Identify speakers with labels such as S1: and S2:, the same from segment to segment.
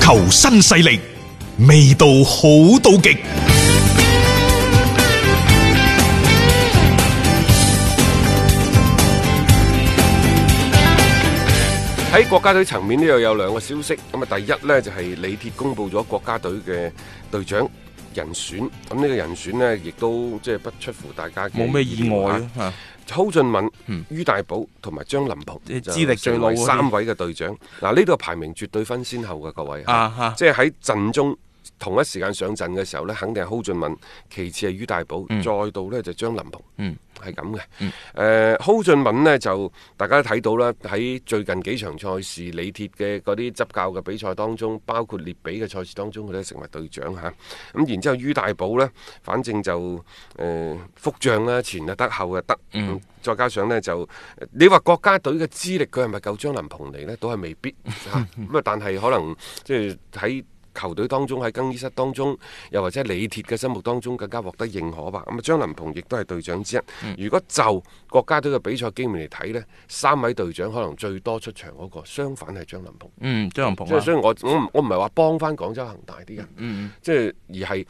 S1: 球新勢力，味道好到極。
S2: 喺國家隊層面呢度有兩個消息，咁啊第一呢，就係、李鐵公布咗國家隊嘅隊長人選，咁呢個人選呢，亦都即係不出乎大家嘅
S3: 冇咩意外
S2: 料啊
S3: 啊！
S2: 蒿俊敏、于大寶同埋張林鵬
S3: 即係
S2: 就
S3: 資歷最
S2: 成
S3: 老啊
S2: 為
S3: 嗰啲
S2: 三位嘅隊長。嗱，呢度排名絕對分先後嘅各位，
S3: 啊哈
S2: 即係喺陣中。同一時間上陣嘅時候呢，肯定係蒿俊敏，其次係于大寶，再到呢就張林鵬，
S3: 嗯
S2: 係咁嘅。誒、蒿俊敏呢，就大家都睇到啦，喺最近幾場賽事，李鐵嘅嗰啲執教嘅比賽當中，包括列比嘅賽事當中，佢都成為隊長嚇。咁、然之後，于大寶呢，反正就誒、呃、腹脹啦，前又得，後又得。嗯再加上呢，就呃你話國家隊嘅資歷，佢係咪夠張林鵬嚟呢？都係未必嚇。咁啊，但係可能即係喺。球隊當中喺更衣室當中，又或者李鐵嘅心目當中更加獲得認可吧。咁啊，張林鵬亦都係隊長之一。
S3: 嗯
S2: 如果就國家隊嘅比賽經驗嚟睇呢，三位隊長可能最多出場嗰、個，相反係張林鵬。
S3: 嗯，張林
S2: 即係
S3: 鵬
S2: 所
S3: 啊，嗯
S2: 以我我唔我唔係話幫翻廣州恒大啲人，即係而係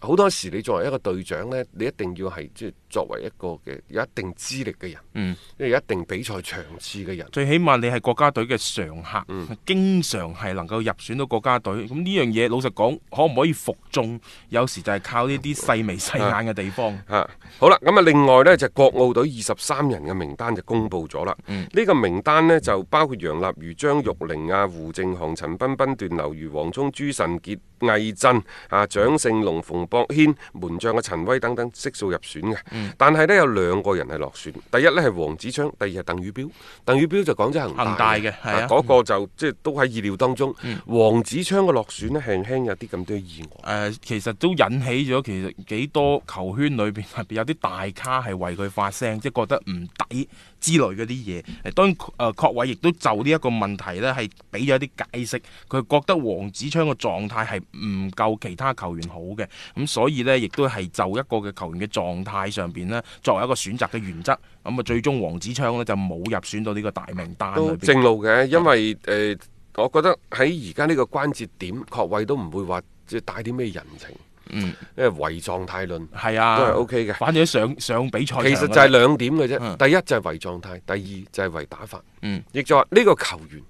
S2: 好多時你作為一個隊長呢，你一定要係即係作為一個嘅有一定資歷嘅人，
S3: 嗯
S2: 因為有一定比賽場次嘅人。
S3: 最起碼你係國家隊嘅常客，經常係能夠入選到國家隊。咁呢樣嘢老實講，可唔可以服眾，有時就係靠呢啲細眉細眼嘅地方。
S2: 啊，好啦，咁啊，另外呢，就國奧隊二十三人嘅名單就公布咗啦。
S3: 嗯
S2: 呢、個名單呢，就包括楊立瑜、張玉寧啊、胡正航、陳彬彬、段劉愚、黃忠、朱晨傑、魏震啊、蔣勝龍、馮博軒、門將嘅陳威等等悉數入選嘅。
S3: 嗯
S2: 但係呢，有兩個人係落選，第一呢係黃子昌，第二係鄧宇彪。鄧宇彪就講咗恒
S3: 恒
S2: 大
S3: 大嘅係啊嗯
S2: 嗰、個就即係都喺意料當中。黃子昌嘅落選呢，輕輕有啲咁多意外。
S3: 誒、其實都引起咗其實幾多球圈裏邊特別有啲大咖係為佢發聲，即係覺得唔抵之類嗰啲嘢。誒當然誒、郭偉亦都就呢一個問題呢係俾咗一啲解釋，佢覺得黃子昌嘅狀態係唔夠其他球員好嘅，咁所以呢，亦都係就一個嘅球員嘅狀態上邊呢，作為一個選擇嘅原則。咁啊，最終黃子昌呢就冇入選到呢個大名單裏
S2: 都
S3: 邊。
S2: 正路嘅，因為誒、呃我覺得喺而家呢個關節點，確位都唔會話即係帶啲咩人情，
S3: 嗯，
S2: 因為為狀態論
S3: 係
S2: 都
S3: 啊，
S2: 係 OK 嘅。
S3: 反正上上比賽
S2: 其實
S3: 場嗰
S2: 就係
S3: 啲
S2: 兩點嘅啫，
S3: 嗯
S2: 第一就係為狀態，第二就係為打法。
S3: 嗯，
S2: 亦就話呢個球員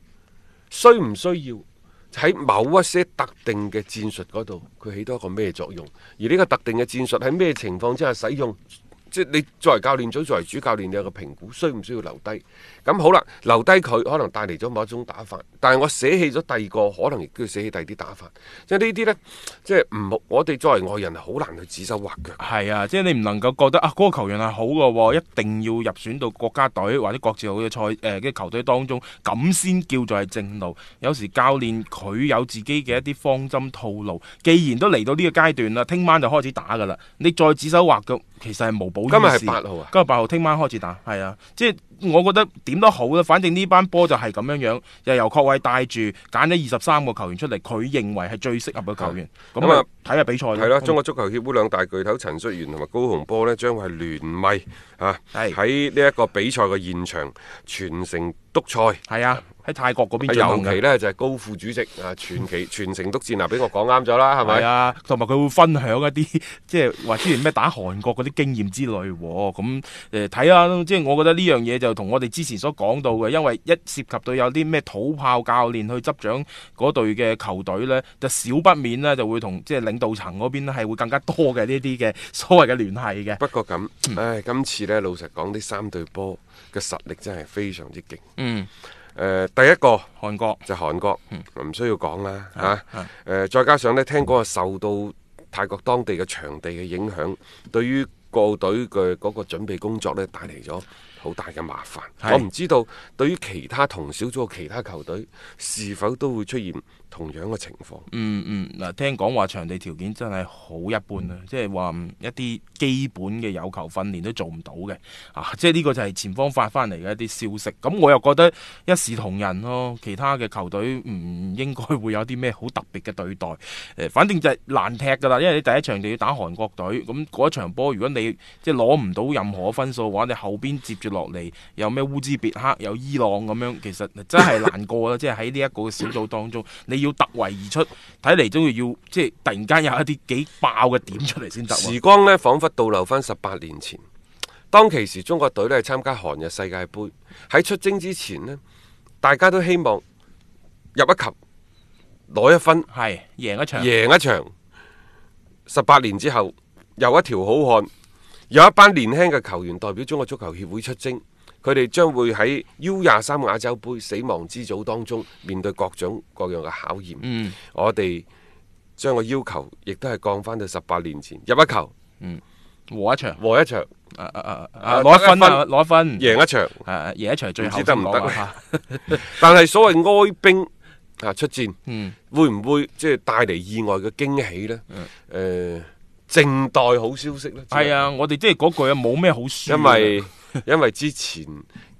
S2: 需唔需要喺某一些特定嘅戰術嗰度，佢起到一個咩作用？而呢個特定嘅戰術喺咩情況之下使用？即係你作為教練組、作為主教練，你有個評估，需唔需要留低？咁好啦，留低佢可能帶嚟咗某一種打法，但係我捨棄咗第二個，可能亦都要捨棄第二啲打法。即係呢啲呢，即係唔好，我哋作為外人好難去指手畫腳。
S3: 係啊，即係你唔能夠覺得啊，嗰、個球員係好嘅喎，一定要入選到國家隊或者國字號嘅賽誒嘅、球隊當中，咁先叫做係正路。有時教練佢有自己嘅一啲方針套路，既然都嚟到呢個階段啦，聽晚就開始打㗎啦，你再指手畫腳，其實係無補於
S2: 今日
S3: 事
S2: 係八號啊！
S3: 今日八號，聽晚開始打，係啊，即係我覺得點都好啦，反正呢班波就係咁樣樣，又由確位帶住揀咗二十三個球員出嚟，佢認為係最適合嘅球員，咁
S2: 咁啊
S3: 啊睇下比賽
S2: 係啦，中
S3: 國
S2: 國足球協會兩大巨頭陳戌源同埋高洪波呢，將會係聯袂啊
S3: 嗯係
S2: 喺呢一個比賽嘅現場全程督賽。
S3: 係啊，喺泰國嗰邊啊進行
S2: 尤
S3: 嘅
S2: 其呢，就係、高副主席啊，全 期全程督戰啊，俾我講啱咗啦，係
S3: 係
S2: 咪？
S3: 啊，同埋佢會分享一啲 即係話之前咩打韓國嗰啲經驗之類喎。咁誒睇下，即係我覺得呢樣嘢就同我哋之前所講到嘅，因為一涉及到有啲咩土炮教練去執掌嗰隊嘅球隊呢，就少不免呢就會同即係領導層嗰邊咧係會更加多嘅呢啲嘅所謂嘅聯繫嘅。
S2: 不過咁，
S3: 嗯
S2: 唉，今次呢，老實講，呢三隊波嘅實力真係非常之勁。誒、
S3: 嗯，
S2: 第一個
S3: 韓國
S2: 就韓國，唔需要講啦嚇。誒、
S3: 嗯啊
S2: 再加上呢，聽講係啊受到泰國當地嘅場地嘅影響，對於個隊嘅嗰個準備工作呢，帶嚟咗好大嘅麻煩。
S3: 係
S2: 我唔知道對於其他同小組嘅其他球隊是否都會出現同樣嘅情況。
S3: 嗯嗯，嗱，聽講話場地條件真係好一般啊，即係話嗯一啲基本嘅有球訓練都做唔到嘅，啊，即係呢個就係前方發翻嚟嘅一啲消息。咁我又覺得一視同仁咯，其他嘅球隊唔應該會有啲咩好特別嘅對待。誒、呃反正就係難踢㗎啦，因為你第一場就要打韓國隊，咁嗰一場波如果你即係攞唔到任何分數嘅話，你後邊接住落。落嚟有咩烏茲別克、有伊朗咁樣，其實真係難過啦。即 係喺呢一個小組當中，你要突圍而出，睇嚟都要即係突然間有一啲幾爆嘅點出嚟先得喎。
S2: 時光呢，彷彿倒流翻十八年前，當其時中國隊呢係參加韓日世界盃，喺出征之前呢，大家都希望入一球，攞一分，
S3: 係贏一場，
S2: 贏一場。十八年之後，又一條好漢，有一班年輕嘅球員代表中國足球協會出征，佢哋將會喺 U 廿三亞洲杯死亡之組當中面對各種各樣嘅考驗。
S3: 嗯，
S2: 我哋將個要求亦都係降翻到十八年前，入一球，
S3: 和一場，
S2: 和一場，
S3: 啊啊啊啊
S2: 啊
S3: 啊攞一分
S2: 得
S3: 啊，
S2: 一
S3: 攞一分，
S2: 贏一場。
S3: 誒贏一場最後
S2: 唔知得唔得
S3: 先講 啊
S2: 但係所謂哀兵啊出戰，
S3: 嗯
S2: 會唔會即係帶嚟意外嘅驚喜呢？誒、靜待好消息呢？
S3: 係嗯啊，我哋即係嗰句啊，冇咩好輸。
S2: 因為 因為之前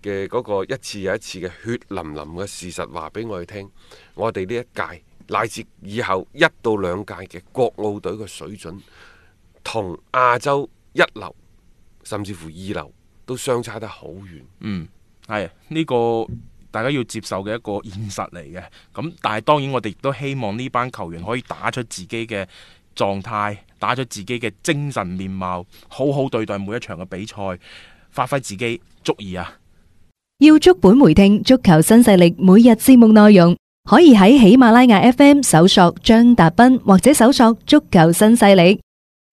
S2: 嘅嗰個一次又一次嘅血淋淋嘅事實話俾我哋聽，我哋呢一屆乃至以後一到兩屆嘅國奧隊嘅水準，同亞洲一流甚至乎二流都相差得好遠。
S3: 嗯，係呢、個大家要接受嘅一個現實嚟嘅。咁但係當然我哋亦都希望呢班球員可以打出自己嘅狀態，打出自己嘅精神面貌，好好對待每一場嘅比賽，發揮自己足以啊！
S4: 要足本回聽足球新勢力每日節目內容，可以喺喜馬拉雅 FM 搜索張達斌或者搜索足球新勢力。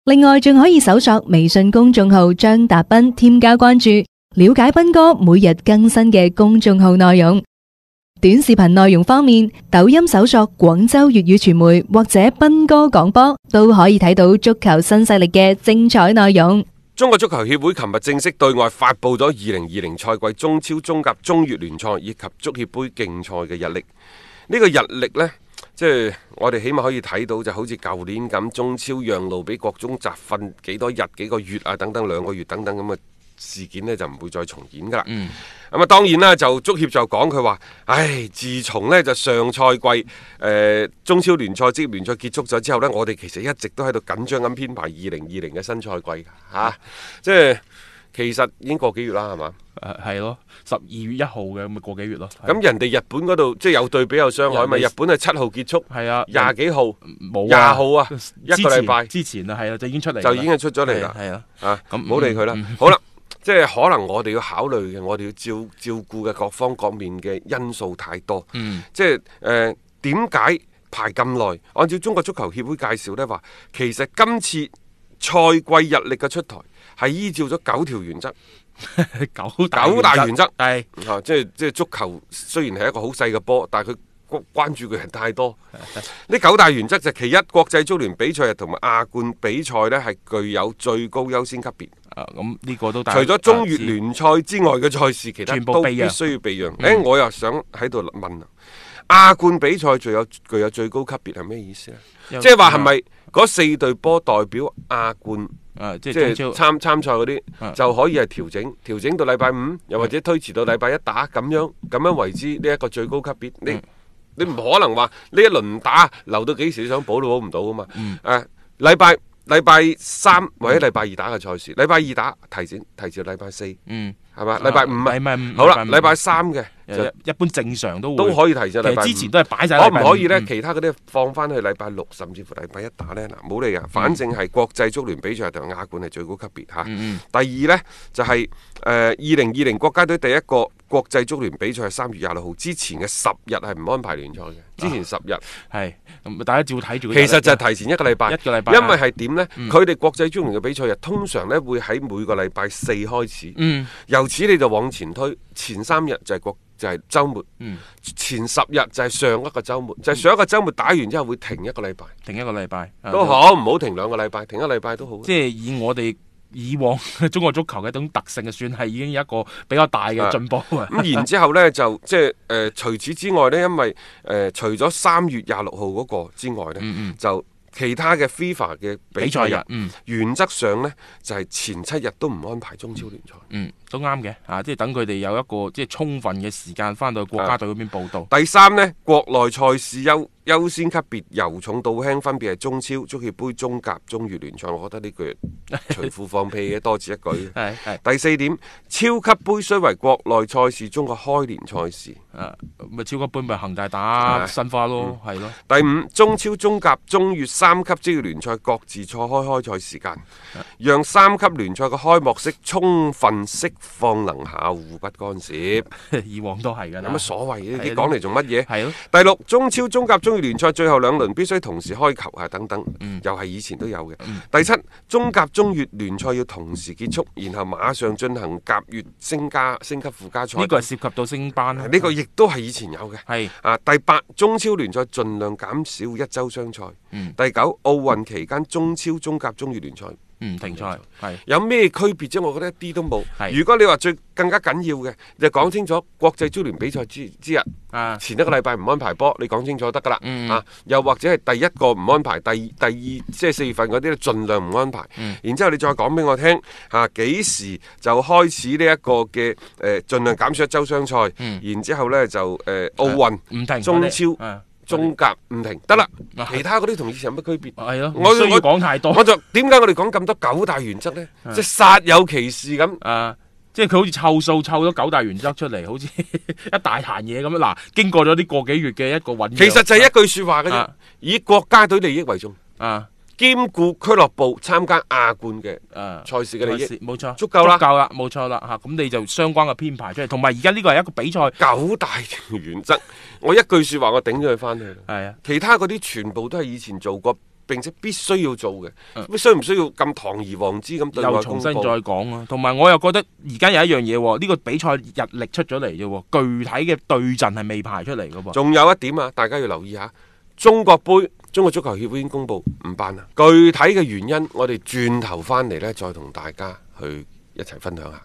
S4: 另外，仲可以搜索微信公眾號張達斌，添加關注，了解斌哥每日更新嘅公眾號內容。短視頻內容方面，抖音搜索廣州粵語傳媒或者斌哥廣播，都可以睇到足球新勢力嘅精彩內容。
S2: 中國足球協會琴日正式對外發布咗二零二零賽季中超、中甲、中乙聯賽以及足協杯競賽嘅日曆。呢、個日曆呢，即係我哋起碼可以睇到，就好似舊年咁，中超讓路俾國中集訓幾多日、幾個月啊，等等兩個月等等咁嘅事件呢，就唔會再重演噶啦。
S3: 嗯
S2: 咁啊，當然啦，就足協就講佢話，唉，自從呢就上賽季誒、呃中超聯賽、職業聯賽結束咗之後呢，我哋其實一直都喺度緊張咁編排二零二零嘅新賽季㗎嚇、即係其實已經個幾月啦，係嘛？
S3: 誒係咯，十二月一號嘅咪過幾月咯。
S2: 咁人哋日本嗰度即係有對比有傷害嘛，
S3: 人
S2: 日
S3: 哋
S2: 本係七號結束，
S3: 係啊，
S2: 廿幾號、
S3: 冇
S2: 廿
S3: 啊
S2: 號啊，一個禮拜
S3: 之前之前啊，係啊，就已經出嚟啦，
S2: 就已經係出咗嚟啦
S3: 係係 啊。
S2: 啊，
S3: 咁嗯
S2: 唔好理佢啦。好啦。 即係可能我哋要考慮嘅，我哋要照照顧嘅各方各面嘅因素太多。
S3: 嗯
S2: 即係誒點解排咁耐？按照中國足球協會介紹呢，話其實今次賽季日曆嘅出台係依照咗九條原則，
S3: 九
S2: 九大原則
S3: 係
S2: 啊，即係即係足球雖然係一個好細嘅波，但係佢關關注嘅人太 多。呢九大原則就其一，國際足聯比賽日同埋亞冠比賽呢係具有最高優先級別。
S3: 啊咁呢個都大
S2: 除
S3: 家
S2: 咗中越聯賽之外嘅賽事，其他
S3: 全部
S2: 都必
S3: 避讓嗯
S2: 須要避讓。誒，我又想喺度問啊，亞冠比賽最有具有最高級別係咩意思呢？啊
S3: 因為
S2: 即係話係咪嗰四隊波代表亞冠，
S3: 啊即
S2: 即
S3: 係
S2: 係
S3: 中超
S2: 參參賽嗰
S3: 啊
S2: 啲就可以係調整，調整到禮拜五，又或者推遲到禮拜一打咁樣，咁樣為之呢一個最高級別。
S3: 嗯
S2: 你你唔可能話呢一輪唔打留到幾時你想補都補唔到噶嘛？
S3: 嗯
S2: 誒，禮拜禮拜三或者禮拜二打嘅賽事，禮拜二打提前提前到禮拜四係
S3: 嗯
S2: 嘛？禮拜五
S3: 禮拜五
S2: 啊，好啦，
S3: 禮拜五
S2: 禮拜三嘅就
S3: 一一般正常都會
S2: 都可以提前
S3: 其
S2: 禮拜
S3: 實
S2: 五
S3: 之前都係擺晒
S2: 可
S3: 禮
S2: 唔
S3: 拜五。
S2: 可以呢？
S3: 嗯
S2: 其他嗰啲放翻去禮拜六，甚至乎禮拜一打呢？嗱，冇理啊，反正係國際足聯比賽同亞冠係最高級別嚇。
S3: 嗯
S2: 第二呢，就係誒二零二零國家隊第一個國際足聯比賽係三月廿六號之前嘅十日係唔安排聯賽嘅，之前十日、
S3: 係咁，大家照睇住佢日
S2: 啊其
S3: 曆。
S2: 實就係提前一個嗯禮拜，
S3: 一個禮拜
S2: 因為係點呢？佢哋、國際足聯嘅比賽日通常呢會喺每個禮拜四開始。
S3: 嗯
S2: 由此你就往前推，前三日就係國就係週末，
S3: 嗯
S2: 前十日就係上一個週末，就係、上一個週末打完之後會停一個禮拜，
S3: 停一個禮拜啊
S2: 都好唔好停兩個禮拜，停一個禮拜都好。
S3: 即係以我哋以往 中國足球嘅一種特性，算係已經有一個比較大嘅進步啊。
S2: 咁然之後呢，就即係誒、呃除此之外呢，因為誒、呃除咗三月廿六號嗰個之外呢，
S3: 嗯嗯
S2: 就其他嘅 FIFA 嘅
S3: 比
S2: 比賽
S3: 賽
S2: 日
S3: 日，嗯
S2: 原則上呢，就係、前七日都唔安排中超聯賽。
S3: 嗯都啱嘅啊，即係等佢哋
S2: 啊
S3: 有一個即係充分嘅時間翻到去國家隊嗰邊報道。
S2: 第三呢，國內賽事優優先級別由重到輕分別係中超、足協杯、中甲、中乙聯賽。我覺得呢句隨褲放屁嘅多此一舉。
S3: 係係
S2: 第四點，超級杯雖為國內賽事中嘅開年賽事。
S3: 啊，咪超級杯咪恒大打
S2: 係
S3: 申花咯，係咯，
S2: 第五，中超、中甲、中乙三級職業聯賽各自錯開開賽時間，讓三級聯賽嘅開幕式充分釋放能效，互不干涉。有
S3: 以往都係㗎啦
S2: 乜。所謂呢？
S3: 係
S2: 你
S3: 啊
S2: 講嚟做乜嘢？
S3: 係咯，
S2: 第六，中超、中甲、中乙聯賽最後兩輪必須同時開球啊，等等，
S3: 嗯
S2: 又係以前都有嘅。第七，中甲、中乙聯賽要同時結束，然後馬上進行甲乙升加升級附加賽。啊
S3: 呢個係涉及到升班啦。
S2: 呢個亦都係以前有嘅。
S3: 係
S2: 啊，第八，中超聯賽盡量減少一周雙賽。
S3: 嗯
S2: 第九，奧運期間中超、中甲、中乙聯賽
S3: 唔嗯停賽，係
S2: 有咩區別啫？我覺得一啲都冇。
S3: 係
S2: 如果你話最更加緊要嘅，就講清楚國際足聯比賽之之日。
S3: 啊，
S2: 前一個禮拜唔安排波，你講清楚得㗎啦。
S3: 嗯
S2: 啊，又或者係第一個唔安排，第第二即係四月份嗰啲咧，盡量唔安排。
S3: 嗯
S2: 然之後你再講俾我聽嚇幾、時就開始呢一個嘅誒、呃，盡量減少一週雙賽。
S3: 嗯
S2: 然之後呢，就誒、呃、奧運、
S3: 唔停
S2: 中
S3: 我哋
S2: 超
S3: 啊
S2: 中甲唔停得啦
S3: 啊。
S2: 其他嗰啲同以前有乜區別？
S3: 係咯，
S2: 我
S3: 唔需要講太嗯多嗯
S2: 我就點解我哋講咁多九大原則呢？即係煞有其事咁。
S3: 啊，即係佢好似湊數湊咗九大原則出嚟，好似 一大壇嘢咁樣。嗱，經過咗呢個幾月嘅一個運，
S2: 其實就係一句説話嘅啫
S3: 啊，
S2: 以國家隊利益為重。
S3: 啊
S2: 兼顧俱樂部參加亞冠嘅
S3: 啊
S2: 賽事嘅利益，
S3: 冇錯，
S2: 足夠啦
S3: 足夠啦，冇錯啦嚇。咁你就相關嘅編排出嚟，同埋而家呢個係一個比賽，
S2: 九大原則，我一句説話我頂咗佢翻去啦。
S3: 係啊，
S2: 其他嗰啲全部都係以前做過，並且必須要做嘅，需唔需要咁堂而皇之咁對外
S3: 嗯又
S2: 公
S3: 重新再
S2: 佈？
S3: 講啦。同埋我又覺得而家有一樣嘢喎，呢個比賽日曆出咗嚟啫喎，具體嘅對陣係未排出嚟嘅喎。
S2: 仲有一點啊，大家要留意下，中國杯。中國足球協會已經公佈唔辦啦，具體嘅原因我哋轉頭翻嚟呢，再同大家去一齊分享下。